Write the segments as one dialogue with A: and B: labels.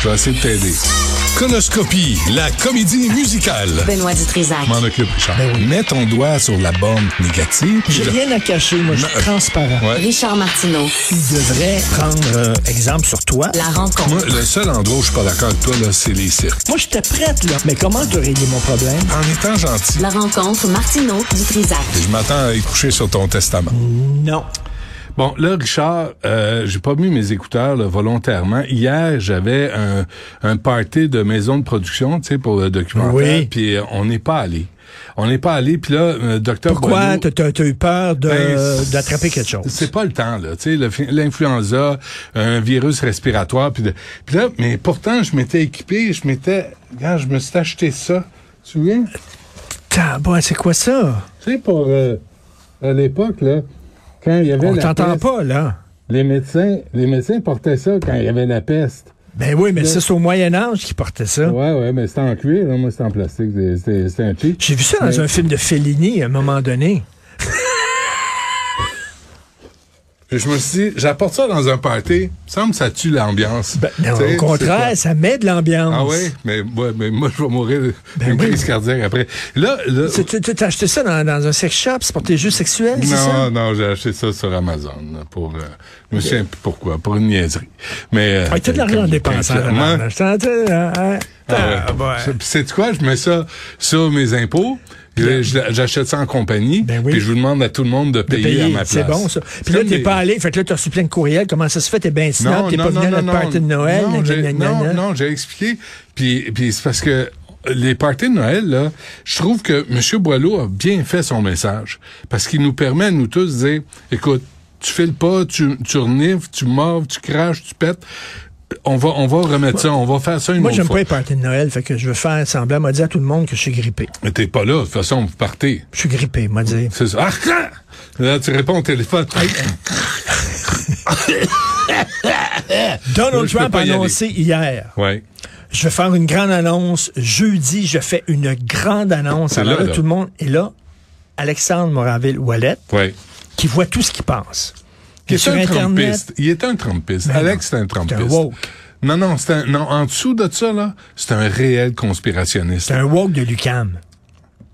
A: Je vais essayer de t'aider. Conoscopie, la comédie musicale.
B: Benoît Dutrisac.
A: Je m'en occupe, Richard. Mets ton doigt sur la borne négative. puis
C: J'ai
A: je-
C: rien à cacher, moi, je suis
A: Non.
C: transparent.
A: Ouais.
B: Richard Martineau.
C: Il devrait prendre euh, exemple sur toi.
B: La rencontre.
A: Moi, le seul endroit où je suis pas d'accord avec toi, là, c'est les cirques.
C: Moi, j'étais prête, là. Mais comment t'as réglé mon problème?
A: En étant gentil,
B: La rencontre Martineau Dutrisac.
A: je m'attends à être couché sur ton testament.
C: Non.
A: Bon, là, Richard, euh, j'ai pas mis mes écouteurs là, volontairement. Hier, j'avais un, un party de maison de production, tu sais, pour le documentaire.
C: Oui.
A: Puis euh, on n'est pas allé. On n'est pas allé. Puis là, euh, docteur
C: Pourquoi
A: Boileau-
C: t'as t'as- t'as eu peur de-
A: Ben, c'est-
C: Euh, d'attraper quelque chose?
A: C'est pas le temps, là. Tu sais, le fi- l'influenza, un virus respiratoire. Puis de- puis là, mais pourtant, je m'étais équipé, je m'étais... Regarde, je me suis acheté ça. Tu te souviens?
C: Tabouin, c'est quoi ça?
A: Tu sais, pour... euh, à l'époque, là, quand il y avait
C: On
A: la
C: t'entend
A: peste,
C: pas, là.
A: Les médecins, les médecins portaient ça quand il y avait la peste.
C: Ben oui, mais
A: Le-
C: ça, c'est au Moyen-Âge qui portait ça.
A: Ouais, ouais, mais c'était en cuir. hein. Moi, c'était en plastique. C'était- C'était c'était un cheat.
C: J'ai vu ça dans
A: Mais-
C: un film de Fellini à un moment donné.
A: Puis je me suis dit, j'apporte ça dans un party. Semble que ça tue l'ambiance.
C: Ben, non,
A: Tu sais,
C: au contraire,
A: c'est
C: ça met de l'ambiance.
A: pas- Ah oui? Mais, ouais, mais moi, je vais mourir d'une
C: Ben oui.
A: crise cardiaque après. Là, là...
C: Tu- tu- tu- T'as acheté ça dans, dans un sex shop, c'est pour tes jeux sexuels, c'est ça?
A: Non, non, j'ai acheté ça sur Amazon là, pour. euh, je me souviens plus pourquoi, pour une niaiserie. Mais. euh,
C: Ah, t'as de l'argent dépensé.
A: dépensant.
C: Hein? Ah, ouais.
A: hein? C'est quoi Je mets ça sur mes impôts. et là, je- J'achète ça en compagnie.
C: Ben oui.
A: Puis je vous demande à tout le monde de payer, à
C: Payer,
A: ma place.
C: C'est bon, ça. Puis là,
A: Comme
C: t'es
A: des-
C: pas allé. Fait que là, t'as reçu plein de courriels. Comment ça se fait? T'es bien snob. T'es pas venu à notre party de Noël.
A: Non,
C: gna,
A: j'ai-
C: gna, gna,
A: non,
C: gna.
A: non, j'ai expliqué. Puis, puis c'est parce que les parties de Noël, là, je trouve que M. Boileau a bien fait son message. Parce qu'il nous permet, à nous tous, de dire, écoute, tu files pas, tu, tu renifles, tu morves, tu craches, tu pètes. On va, on va remettre ça, on va faire ça une
C: Moi,
A: autre
C: j'aime
A: fois.
C: pas les parties de Noël. Fait que je veux faire semblant, m'a dit à tout le monde que je suis grippé.
A: Mais t'es pas là, de toute façon, vous partez.
C: Je suis grippé, m'a dit.
A: C'est ça. Ah, ah! Là, tu réponds au téléphone.
C: Donald
A: Mmh. Je peux
C: Trump a
A: pas y
C: annoncé hier.
A: ouais.
C: Je vais faire une grande annonce. Jeudi, je fais une grande annonce.
A: C'est
C: Alors
A: là,
C: là,
A: là.
C: tout le monde est là. Alexandre Moraville-Wallet,
A: Ouais.
C: qui voit tout ce qui passe.
A: Il est
C: Sur
A: un
C: Internet,
A: trompiste. Il est un trompiste.
C: Ben
A: Alex, c'est
C: non.
A: un trompiste.
C: C'est un woke.
A: Non, non, c'est un, non, en dessous de ça, là, c'est un réel conspirationniste.
C: C'est un woke de Lucam.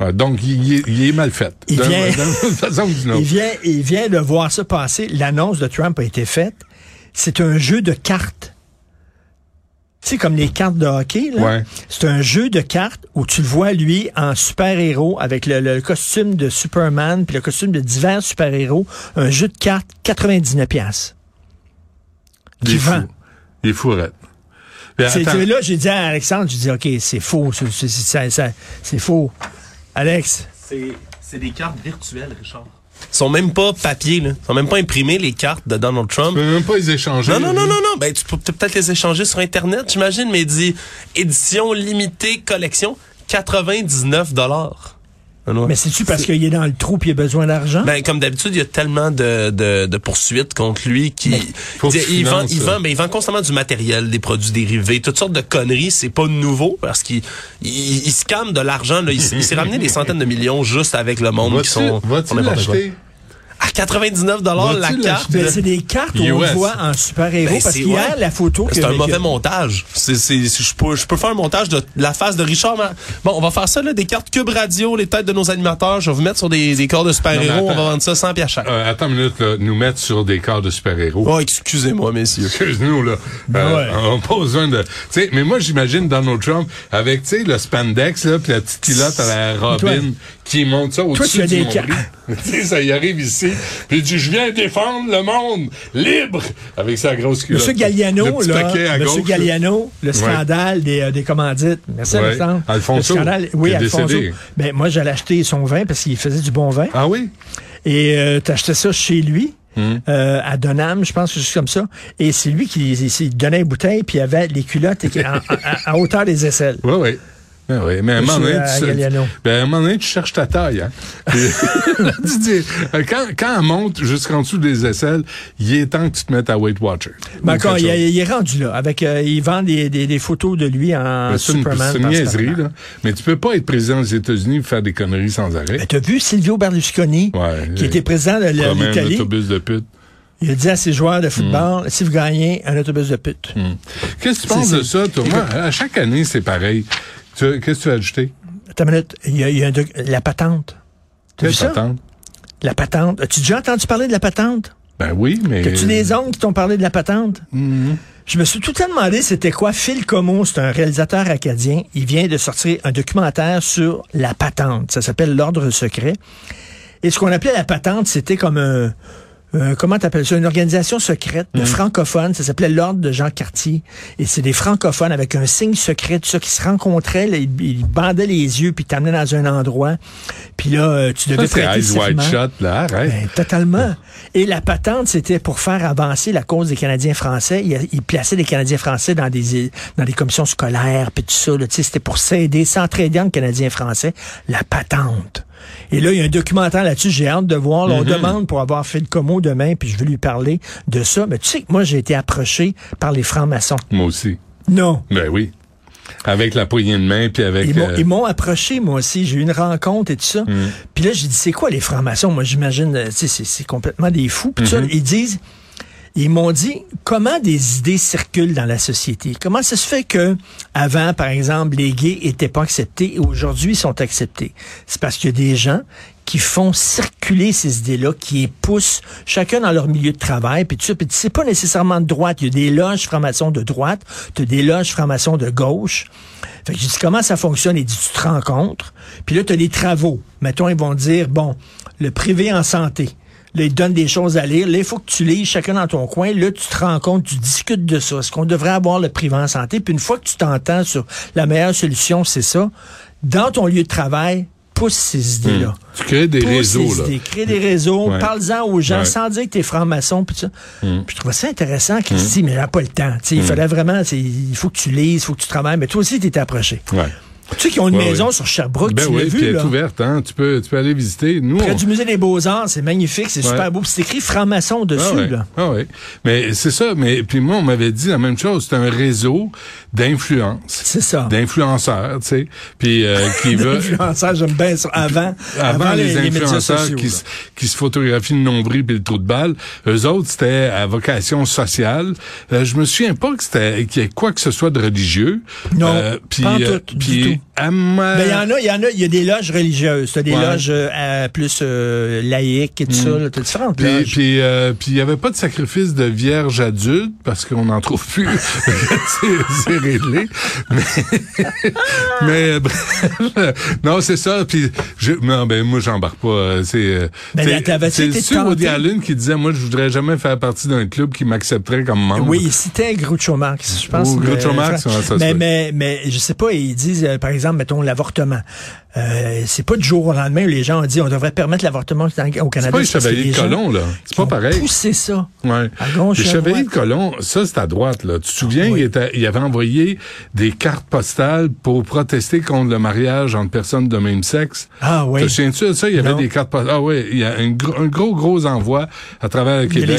A: Ah, donc, il, il est- il est mal fait.
C: Il
A: D'un-
C: vient-
A: d'une façon ou d'une autre.
C: Il vient, il vient de voir ça passer. L'annonce de Trump a été faite. C'est un jeu de cartes. Tu sais, comme les cartes de hockey, là.
A: Ouais.
C: C'est un jeu de cartes où tu le vois, lui, en super-héros, avec le, le costume de Superman, puis le costume de divers super-héros. Un jeu de cartes, 99 piastres.
A: Il est
C: qui
A: fou.
C: vend.
A: Il est fourrette.
C: C'est- c'est- Là, j'ai dit à Alexandre, j'ai dit, OK, c'est faux. c'est- c'est- C'est ça- c'est faux. Alex,
D: C'est c'est des cartes virtuelles, Richard. Ils sont même pas papier, là. Ils sont même pas imprimés, les cartes de Donald Trump.
A: peux même pas les échanger.
D: Non, non, non, non, non. Ben, tu peux peut-être les échanger sur Internet, j'imagine, mais il dit édition limitée, collection, 99 dollars.
A: Ah,
C: mais c'est-tu parce qu'il est dans le trou puis il a besoin d'argent?
D: Ben, comme d'habitude, il y a tellement de, de, de poursuites contre lui qui
A: faut
D: il,
A: que tu
D: il vend,
A: finances
D: il
A: ça.
D: vend, mais il vend constamment du matériel, des produits dérivés, toutes sortes de conneries. C'est pas nouveau parce qu'il il, il scamme de l'argent. là. Il, s- il s'est ramené des centaines de millions juste avec le monde qui
A: Vas-tu
D: sont
A: vas-tu
D: sont n'importe quoi.
A: l'acheter?
D: À 99 la
A: Vas-tu
D: carte.
A: l'acheter?
C: Ben, c'est des cartes où on
A: US.
C: le voit en super-héros.
D: Ben,
C: parce
D: c'est-
C: qu'hier,
D: ouais.
C: la photo que
D: C'est un
C: que-
D: mauvais montage. C'est, c'est, c'est- je, peux, je peux faire un montage de la face de Richard. Mar- Bon, on va faire ça, là, des cartes Cube Radio, les têtes de nos animateurs. Je vais vous mettre sur des, des corps de
A: Non,
D: super-héros.
A: mais
D: On
A: attends.
D: va vendre ça 100 pièces chaque.
A: Euh, attends une minute, là, nous mettre sur des corps de super-héros.
D: Oh, excusez-moi, messieurs.
A: Excuse-nous, là. Euh,
C: Ben ouais.
A: On n'a pas besoin de. tu sais, mais moi, j'imagine Donald Trump avec, tu sais, le spandex, là, puis la petite culotte à la Robin qui monte ça au-dessus
C: tu as
A: du
C: des
A: nombril. Tu sais, ça y arrive ici. Puis il dit, je viens défendre le monde libre avec sa grosse culotte.
C: Monsieur Galliano,
A: le petit paquet
C: là,
A: à
C: Monsieur
A: gauche,
C: Galliano, le scandale des, euh, des commandites. Merci,
A: Ouais.
C: Alexandre.
A: Alfonso,
C: Le scandale, oui,
A: qui est
C: Alfonso.
A: décédé.
C: Ben, moi, j'allais acheter son vin parce qu'il faisait du bon vin.
A: là. Ah oui?
C: Et euh, t'achetais ça chez lui.
A: Hmm.
C: euh, à Donham, je pense que c'est comme ça. Et c'est lui qui il- il donnait une bouteille, puis il avait les culottes et- à, à- à hauteur des aisselles.
A: Oui, oui. Ben oui, mais à un, moment donné,
C: Monsieur,
A: tu,
C: euh, Galliano.
A: ben, à un moment donné, tu cherches ta taille. Hein? Puis, là, tu dis, euh, quand, quand elle monte jusqu'en dessous des aisselles, il est temps que tu te mettes à Weight Watcher.
C: Ben, quand il, il est rendu là. Avec, euh, il vend des, des- des photos de lui en
A: Ben, c'est une,
C: Superman.
A: c'est une
C: par
A: niaiserie,
C: Superman.
A: là. Mais tu peux pas être président des États-Unis et faire des conneries sans arrêt.
C: Ben, T'as vu Silvio Berlusconi,
A: Ouais,
C: qui
A: il-
C: était président de
A: Promène un
C: l'Italie,
A: autobus Hmm. de pute.
C: il a dit à ses joueurs de football, si vous gagnez, un autobus de pute.
A: Hmm. Qu'est-ce que tu penses
C: c'est-
A: de ça, toi? Moi, à chaque année, c'est pareil. Tu as- Qu'est-ce que tu as ajouté?
C: Attends une minute, il y a, il y a un doc- la patente. T'as
A: Quelle
C: vu ça?
A: patente?
C: La patente. As-tu déjà entendu parler de la patente?
A: Ben Mm-hmm. oui, mais...
C: T'as-tu des oncles qui t'ont parlé de la patente? Je me suis tout le temps demandé c'était quoi. Phil Como, c'est un réalisateur acadien. Il vient de sortir un documentaire sur la patente. Ça s'appelle L'Ordre secret. Et ce qu'on appelait la patente, c'était comme un... un- comment t'appelles ça? Une organisation secrète
A: Mm-hmm.
C: de francophones. Ça s'appelait l'Ordre de Jean Cartier. Et c'est des francophones avec un signe secret, tout ça, qui se rencontraient. là, ils, ils bandaient les yeux, puis ils t'amenaient dans un endroit. Puis là, euh, tu devais
A: Ça, c'est
C: prêter
A: Eyes Wide
C: serment.
A: Shut, là. Arrête.
C: Ben, totalement. Et la patente, c'était pour faire avancer la cause des Canadiens français. Ils il plaçaient les Canadiens français dans des, dans des commissions scolaires, puis tout ça. là. Tu sais, C'était pour s'aider, s'entraider entre Canadiens français. La patente. Et là, il y a un documentaire là-dessus, j'ai hâte de voir. Là, on demande pour avoir fait le como demain, puis je vais lui parler de ça. Mais tu sais que moi, j'ai été approché par les francs-maçons.
A: Moi aussi.
C: Non.
A: Ben oui. Avec la poignée de main, puis avec...
C: Ils m'ont-
A: euh, Mm.
C: ils m'ont approché, moi aussi. J'ai eu une rencontre et tout ça. Puis là, j'ai dit, c'est quoi les francs-maçons? Moi, j'imagine, euh, tu sais, c'est c'est complètement des fous. Puis tout
A: Mm-hmm.
C: ça, ils disent, ils m'ont dit, comment des idées circulent dans la société? Comment ça se fait que, avant, par exemple, les gays étaient pas acceptés et aujourd'hui sont acceptés? C'est parce qu'il y a des gens qui font circuler ces idées-là, qui les poussent chacun dans leur milieu de travail, puis tout ça. Puis c'est pas nécessairement de droite. Il y a des loges francs-maçons de droite, tu as des loges francs-maçons de gauche. Fait que j'ai dit, comment ça fonctionne? Il dit, tu te rencontres, puis là, tu as des travaux. Mettons, ils vont dire, bon, le privé en santé. Là, ils te donnent des choses à lire. Là, il faut que tu lises chacun dans ton coin. Là, tu te rencontres, tu discutes de ça. Est-ce qu'on devrait avoir le privé en santé? Puis une fois que tu t'entends sur la meilleure solution, c'est ça, dans ton lieu de travail, pousse ces idées-là.
A: Tu crées des
C: Pousse
A: réseaux,
C: ces
A: là.
C: idées. Crée des réseaux,
A: Ouais.
C: parle-en aux gens
A: Ouais. Mm.
C: sans dire que t'es franc-maçon puis tout ça. Puis je trouvais ça intéressant qu'il se dit, mais j'ai pas le temps. Tu sais, Il fallait vraiment, c'est- il faut que tu lises, il faut que tu travailles. Mais toi aussi, t'es approché.
A: Ouais.
C: Tu sais qu'ils ont une
A: Ouais,
C: maison
A: ouais.
C: sur Sherbrooke,
A: Ben
C: tu l'as
A: oui, puis
C: vu,
A: elle
C: là.
A: est ouverte, hein. Tu peux, tu peux aller visiter. Nous,
C: Près
A: on-
C: du musée des Beaux-Arts, c'est magnifique, c'est
A: Ouais.
C: super beau. Puis c'est écrit franc-maçon dessus,
A: Ah ouais.
C: là.
A: Ah ouais. Mais c'est ça. Mais puis moi, on m'avait dit la même chose. C'est un réseau d'influence.
C: C'est ça.
A: D'influenceurs, tu sais. Puis euh, qui veut.
C: Influenceurs, j'aime bien ça. Avant,
A: Avant, les,
C: médias
A: influenceurs
C: sociaux.
A: qui,
C: là.
A: se- qui se photographient le nombril et le trou de balle, eux autres, c'était à vocation sociale. Euh, je me souviens pas que c'était qu'il y ait quoi que ce soit de religieux.
C: Non,
A: puis,
C: pas en
A: euh,
C: tout, du
A: puis
C: tout.
A: à
C: Ben,
A: ma-
C: il y en a, il y en a, il y a des loges religieuses. T'as des
A: Ouais. Mm.
C: loges euh, euh, plus euh, laïques et tout ça, là. T'as différentes
A: Puis,
C: loges.
A: puis, euh, puis il n'y avait pas de sacrifice de vierge adulte parce qu'on n'en trouve plus. c'est, c'est réglé. Mais, mais bref, non, c'est ça. Puis je, non, ben moi j'embarque pas. euh, C'est, euh,
C: Ben,
A: c'est-
C: la- t'avais-tu
A: c'est
C: été
A: c'est Woody
C: tenté?
A: Allen qui disait, moi je voudrais jamais faire partie d'un club qui m'accepterait comme membre.
C: Ah Oui, il citait Groucho Marx, je pense.
A: Ou
C: mais-
A: Ah. Groucho Marx, ouais, ça se
C: mais,
A: peut.
C: mais, mais, je sais pas, ils disent, euh, par exemple, mettons, l'avortement. Euh, c'est pas du jour au lendemain où les gens ont dit, on devrait permettre l'avortement dans- au
A: C'est
C: Canada.
A: pas les
C: parce que
A: chevaliers
C: les
A: de
C: gens
A: colon là. C'est
C: qui
A: pas
C: ont
A: pareil.
C: poussé ça.
A: Ouais.
C: À gauche,
A: Les
C: à
A: chevaliers
C: droite.
A: de colon, ça c'est à droite là. Tu te souviens,
C: oui.
A: il, était- il avait envoyé des cartes postales pour protester contre le mariage entre personnes de même sexe.
C: Ah oui.
A: Te souviens-tu de ça Il y avait
C: Non.
A: des cartes postales. Ah oui, il y a un, gro- un gros gros envoi à travers le
C: Il y a
A: Québec.
C: les
A: là.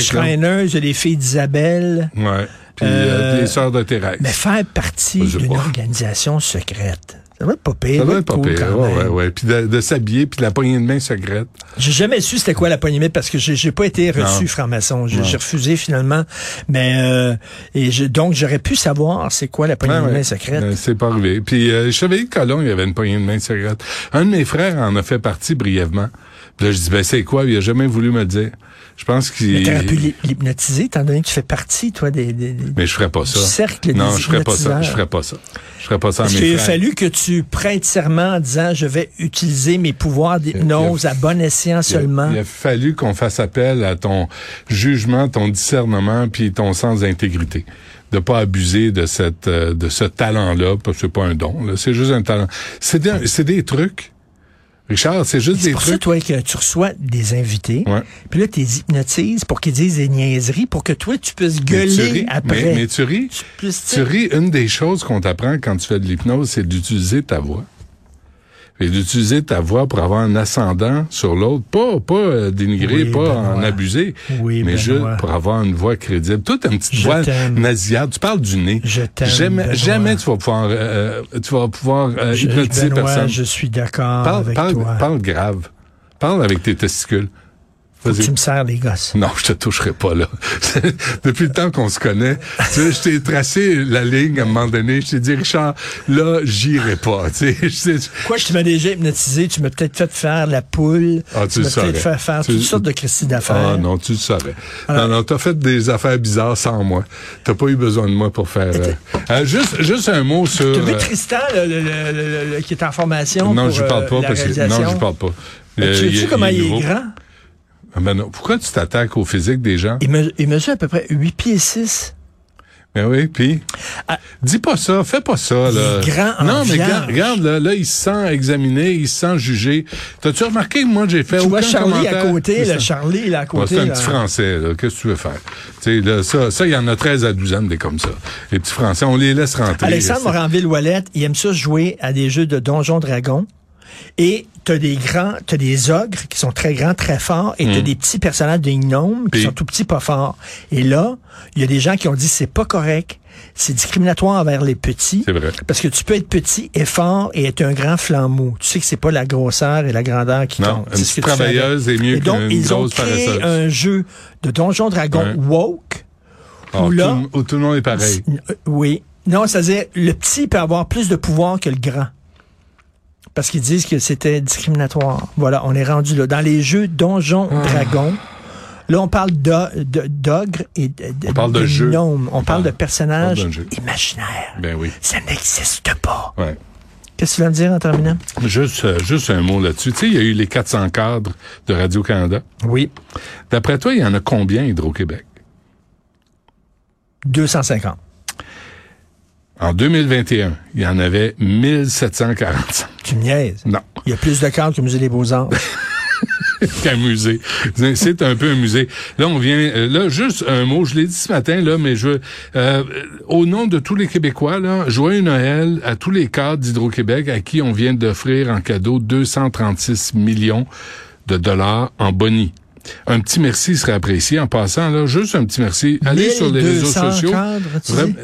C: Shriners, il y a les filles d'Isabelle.
A: Ouais. Puis
C: Euh,
A: euh, les sœurs de Thérèse.
C: Mais faire partie
A: Je sais
C: d'une
A: pas.
C: organisation secrète, ça doit être pas pire.
A: ça doit
C: doit
A: être pas
C: cool
A: pire.
C: quand
A: Ouais,
C: même.
A: ouais, ouais. Puis de, de s'habiller, puis de la poignée de main secrète.
C: J'ai jamais su c'était quoi la poignée de main parce que j'ai j'ai pas été reçu
A: Non.
C: franc-maçon. J'ai j'ai refusé finalement. Mais euh, et je- donc j'aurais pu savoir c'est quoi la poignée
A: Ouais,
C: de main
A: ouais.
C: secrète.
A: Euh, C'est pas arrivé. Puis euh, les chevaliers de colon, il y avait une poignée de main secrète. Un de mes frères en a fait partie brièvement. Puis là, je dis, ben c'est quoi? Il a jamais voulu me le dire. Je pense qu'il...
C: Mais T'aurais pu l'hy- l'hypnotiser, étant donné que tu fais partie, toi, des. des, des-
A: Mais je ferais pas ça.
C: Du cercle
A: Non,
C: des
A: je ferais pas ça.
C: hypnotiseurs.
A: Je ferais pas ça. Je ferais pas ça à
C: Parce
A: mes
C: qu'il a
A: frères.
C: fallu que tu prêtes serment en disant je vais utiliser mes pouvoirs d'hypnose à bon escient
A: Il a-
C: seulement.
A: Il a fallu qu'on fasse appel à ton jugement, ton discernement, puis ton sens d'intégrité. De pas abuser de cette, euh, de ce talent-là, parce que c'est pas un don, là, c'est juste un talent. C'est des, c'est des trucs Richard, c'est juste
C: C'est
A: des
C: pour ça,
A: trucs.
C: toi, que tu reçois des invités,
A: Ouais.
C: puis là, tu les hypnotises pour qu'ils disent des niaiseries, pour que toi, tu puisses
A: Mais tu
C: gueuler
A: ris,
C: après.
A: mais- mais tu ris.
C: Tu puisses-
A: Tu ris, une des choses qu'on t'apprend quand tu fais de l'hypnose, c'est d'utiliser ta voix. Et d'utiliser ta voix pour avoir un ascendant sur l'autre, pas pas euh, dénigrer,
C: Oui,
A: pas en
C: Benoît.
A: abuser,
C: Oui,
A: mais juste
C: Benoît.
A: pour avoir une voix crédible. Toi, t'as une petite
C: Je
A: voix
C: t'aime.
A: nasillarde. Tu parles du nez.
C: Je t'aime,
A: Jamais,
C: Benoît.
A: jamais tu vas pouvoir, euh, tu vas pouvoir euh,
C: Je-
A: hypnotiser
C: Benoît,
A: personne.
C: je suis d'accord
A: Parle,
C: avec
A: parle,
C: toi.
A: parle grave. Parle avec tes testicules.
C: Faut que
A: Vas-y.
C: tu me sers les gosses.
A: Non, je te toucherai pas là. Depuis le temps qu'on se connaît, tu sais, je t'ai tracé la ligne à un moment donné. Je t'ai dit, Richard, là, j'irai pas. Tu sais, je sais-
C: Quoi, je m'as déjà hypnotisé, tu m'as peut-être fait faire la poule,
A: Ah, tu
C: m'as
A: le saurais.
C: peut-être fait faire
A: Tu-
C: toutes sortes de crises d'affaires.
A: Ah non, tu le savais.
C: Ah.
A: non, non, t'as fait des affaires bizarres sans moi. T'as pas eu besoin de moi pour faire. euh, euh, juste, juste un mot sur.
C: T'as vu
A: euh,
C: Tristan, le, le- le- le- le- le- qui est en formation
A: non,
C: pour,
A: je parle
C: euh,
A: pas
C: la
A: parce que non,
C: réalisation?
A: je parle pas.
C: Mais
A: Euh,
C: Tu sais comment il est,
A: nouveau.
C: grand?
A: Ah, ben non, pourquoi tu t'attaques au physique des gens
C: Il, me- il mesure à peu près 8 pieds 6.
A: Ben oui, puis
C: Ah.
A: dis pas ça, fais pas ça
C: Il
A: là.
C: est grand en
A: non, mais
C: vierge.
A: regarde, regarde, là, là, il se sent examiné, il se sent jugé. T'as-tu remarqué que moi j'ai fait
C: Tu vois
A: aucun
C: Charlie à
A: commentaire?
C: côté,
A: C'est
C: là,
A: ça.
C: Charlie là, à
A: Ouais,
C: côté.
A: c'est un
C: là.
A: petit français, là. Qu'est-ce que tu veux faire? Tu sais, là, ça, ça, il y en a 13 à 12 ans, des comme ça. Les petits français, on les laisse rentrer.
C: Alexandre
A: Ça-
C: Moranville-Ouellette, il aime ça jouer à des jeux de donjons dragons. Et t'as des grands, t'as des ogres qui sont très grands, très forts, et t'as des petits personnages des gnomes qui
A: Mm. Puis-
C: sont tout petits, pas forts. Et là, il y a des gens qui ont dit c'est pas correct, c'est discriminatoire envers les petits.
A: C'est vrai.
C: Parce que tu peux être petit et fort et être un grand flambeau. Tu sais que c'est pas la grosseur et la grandeur qui
A: Non,
C: compte.
A: une
C: C'est ce que
A: petite
C: tu savais.
A: travailleuse est mieux
C: Et donc,
A: qu'une
C: ils ont
A: grosse
C: créé
A: paresseuse.
C: un jeu de donjons dragons
A: Ouais.
C: woke
A: Ah,
C: où
A: tout,
C: là-
A: où tout le monde est pareil.
C: euh, Oui. Non, c'est-à-dire, le petit peut avoir plus de pouvoir que le grand. Parce qu'ils disent que c'était discriminatoire. Voilà, on est rendu là. Dans les jeux Donjons,
A: Ah.
C: Dragons, là, on parle de- de- d'ogres et de, de-
A: On parle de jeu. Ah.
C: gnomes. On, parle de
A: on
C: personnages
A: parle d'un jeu.
C: imaginaires.
A: Ben oui.
C: Ça n'existe pas.
A: Ouais.
C: Qu'est-ce que tu vas me dire en terminant?
A: Juste, euh, juste un mot là-dessus. Tu sais, il y a eu les 400 cadres de Radio-Canada.
C: Oui.
A: D'après toi, il y en a combien, Hydro-Québec?
C: 250.
A: En 2021, il y en avait 1745.
C: Tu me niaises.
A: Non,
C: Il y a plus de cadres que le Musée des Beaux-Arts.
A: qu'un musée. C'est un peu un musée. Là, on vient... euh, Là, juste un mot, je l'ai dit ce matin, là, mais je... veux- euh, au nom de tous les Québécois, là, joyeux Noël à tous les cadres d'Hydro-Québec à qui on vient d'offrir en cadeau 236 millions de dollars en boni. Un petit merci serait apprécié. En passant, là, juste un petit merci. Allez sur les réseaux
C: 1200
A: sociaux.
C: cadres, tu dis?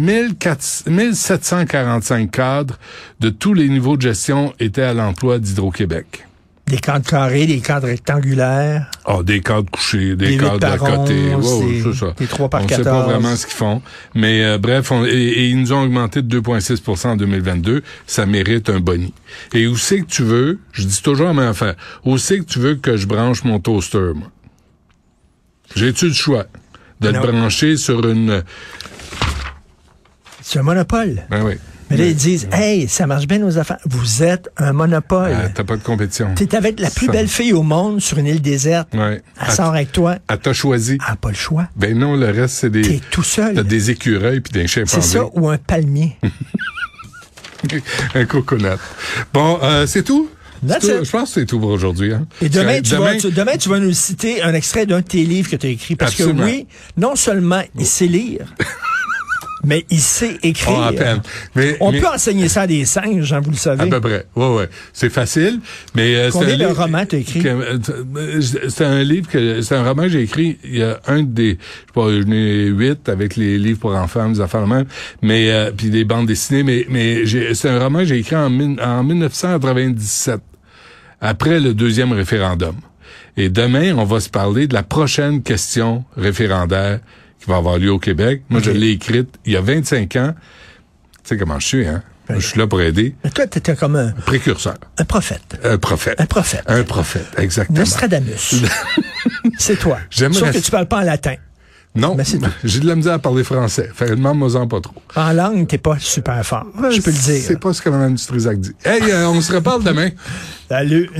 A: 1400 1745 cadres de tous les niveaux de gestion étaient à l'emploi d'Hydro-Québec.
C: Des cadres carrés, des cadres rectangulaires.
A: Ah, des cadres couchés,
C: Des
A: des,
C: huit
A: cadres à
C: par
A: côté.
C: onze,
A: Ouais, ouais,
C: des-
A: c'est ça.
C: des trois par
A: on ne sait pas
C: 14.
A: vraiment ce qu'ils font. Mais euh, bref, on- et, et ils nous ont augmenté de 2,6 en 2022. Ça mérite un boni. Et où c'est que tu veux, je dis toujours à mes enfants, où c'est que tu veux que je branche mon toaster, moi? J'ai-tu le choix de
C: Non.
A: le brancher sur une...
C: C'est un monopole.
A: Ben oui.
C: Mais là, ils disent, hey, ça marche bien nos affaires. Vous êtes un monopole.
A: Ah, T'as pas de compétition.
C: euh, T'es avec la plus
A: Ça-
C: belle fille au monde sur une île déserte.
A: Ouais.
C: Elle sort avec toi.
A: Elle t'a choisi.
C: Elle n'a pas le choix.
A: Ben non, le reste, c'est des...
C: T'es tout seul.
A: T'as des écureuils puis des
C: C'est
A: chimpanzés.
C: ça ou un palmier.
A: un coconut. Bon, euh, c'est tout?
C: That's
A: C'est tout?
C: it.
A: Je pense que c'est tout pour aujourd'hui. hein.
C: Et demain, tu
A: Demain-
C: Vas, tu- demain, tu vas nous citer un extrait d'un de tes livres que tu as écrit. Parce
A: Absolument. Oh.
C: que oui, non seulement il sait lire, mais il sait écrire.
A: Ah, à peine. Mais-
C: On
A: mais- Ah ben.
C: peut enseigner ça à des singes, hein, vous le
A: À
C: savez.
A: peu près. Ouais, ouais. C'est facile, mais euh,
C: Combien
A: c'est un
C: de
A: livre
C: romans t'as écrit?
A: que- euh, C'est un livre que c'est un roman que j'ai écrit. Il y a un des, je sais pas, j'en ai huit avec les livres pour enfants, les affaires de même, mais euh, puis des bandes dessinées. Mais mais j'ai- c'est un roman que j'ai écrit en, mille- en 1997, après le deuxième référendum. Et demain, on va se parler de la prochaine question référendaire qui va avoir lieu au Québec. Moi, je
C: Ok.
A: l'ai écrite il y a 25 ans. Tu sais comment je suis, hein?
C: Ben
A: Je suis là pour aider.
C: Mais toi, t'étais comme un,
A: Précurseur.
C: un prophète.
A: Un prophète.
C: Un prophète.
A: Un prophète, exactement.
C: Nostradamus. c'est toi.
A: J'aimerais
C: Sauf que
A: ça.
C: tu parles pas en latin.
A: Non,
C: Mais Ben, c'est tout.
A: j'ai de la misère à parler français. Fait que demande-moi-en pas trop.
C: En langue, t'es pas super fort. Je peux le
A: C'est
C: dire.
A: pas ce que Mme Dutrisac dit. Hey, euh, on se reparle demain.
C: Salut.